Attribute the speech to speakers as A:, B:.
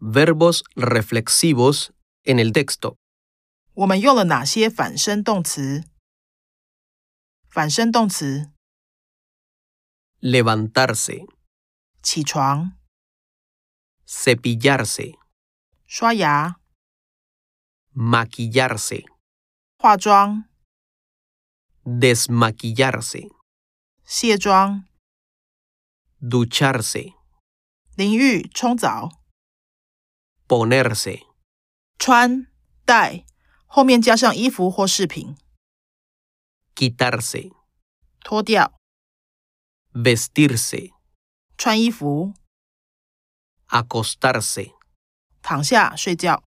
A: Verbos reflexivos en el texto.
B: 我们用了哪些反身动词？反身动词：
A: Levantarse,
B: 起床、
A: cepillarse,
B: 刷牙、
A: maquillarse,
B: 化妆、
A: desmaquillarse,
B: 卸妆、
A: ducharse,
B: 淋浴、冲澡、
A: ponerse,
B: 穿戴，后面加上衣服或饰品，
A: quitarse,
B: 脱掉、
A: vestirse,
B: 穿衣服、
A: acostarse.
B: 躺下睡觉。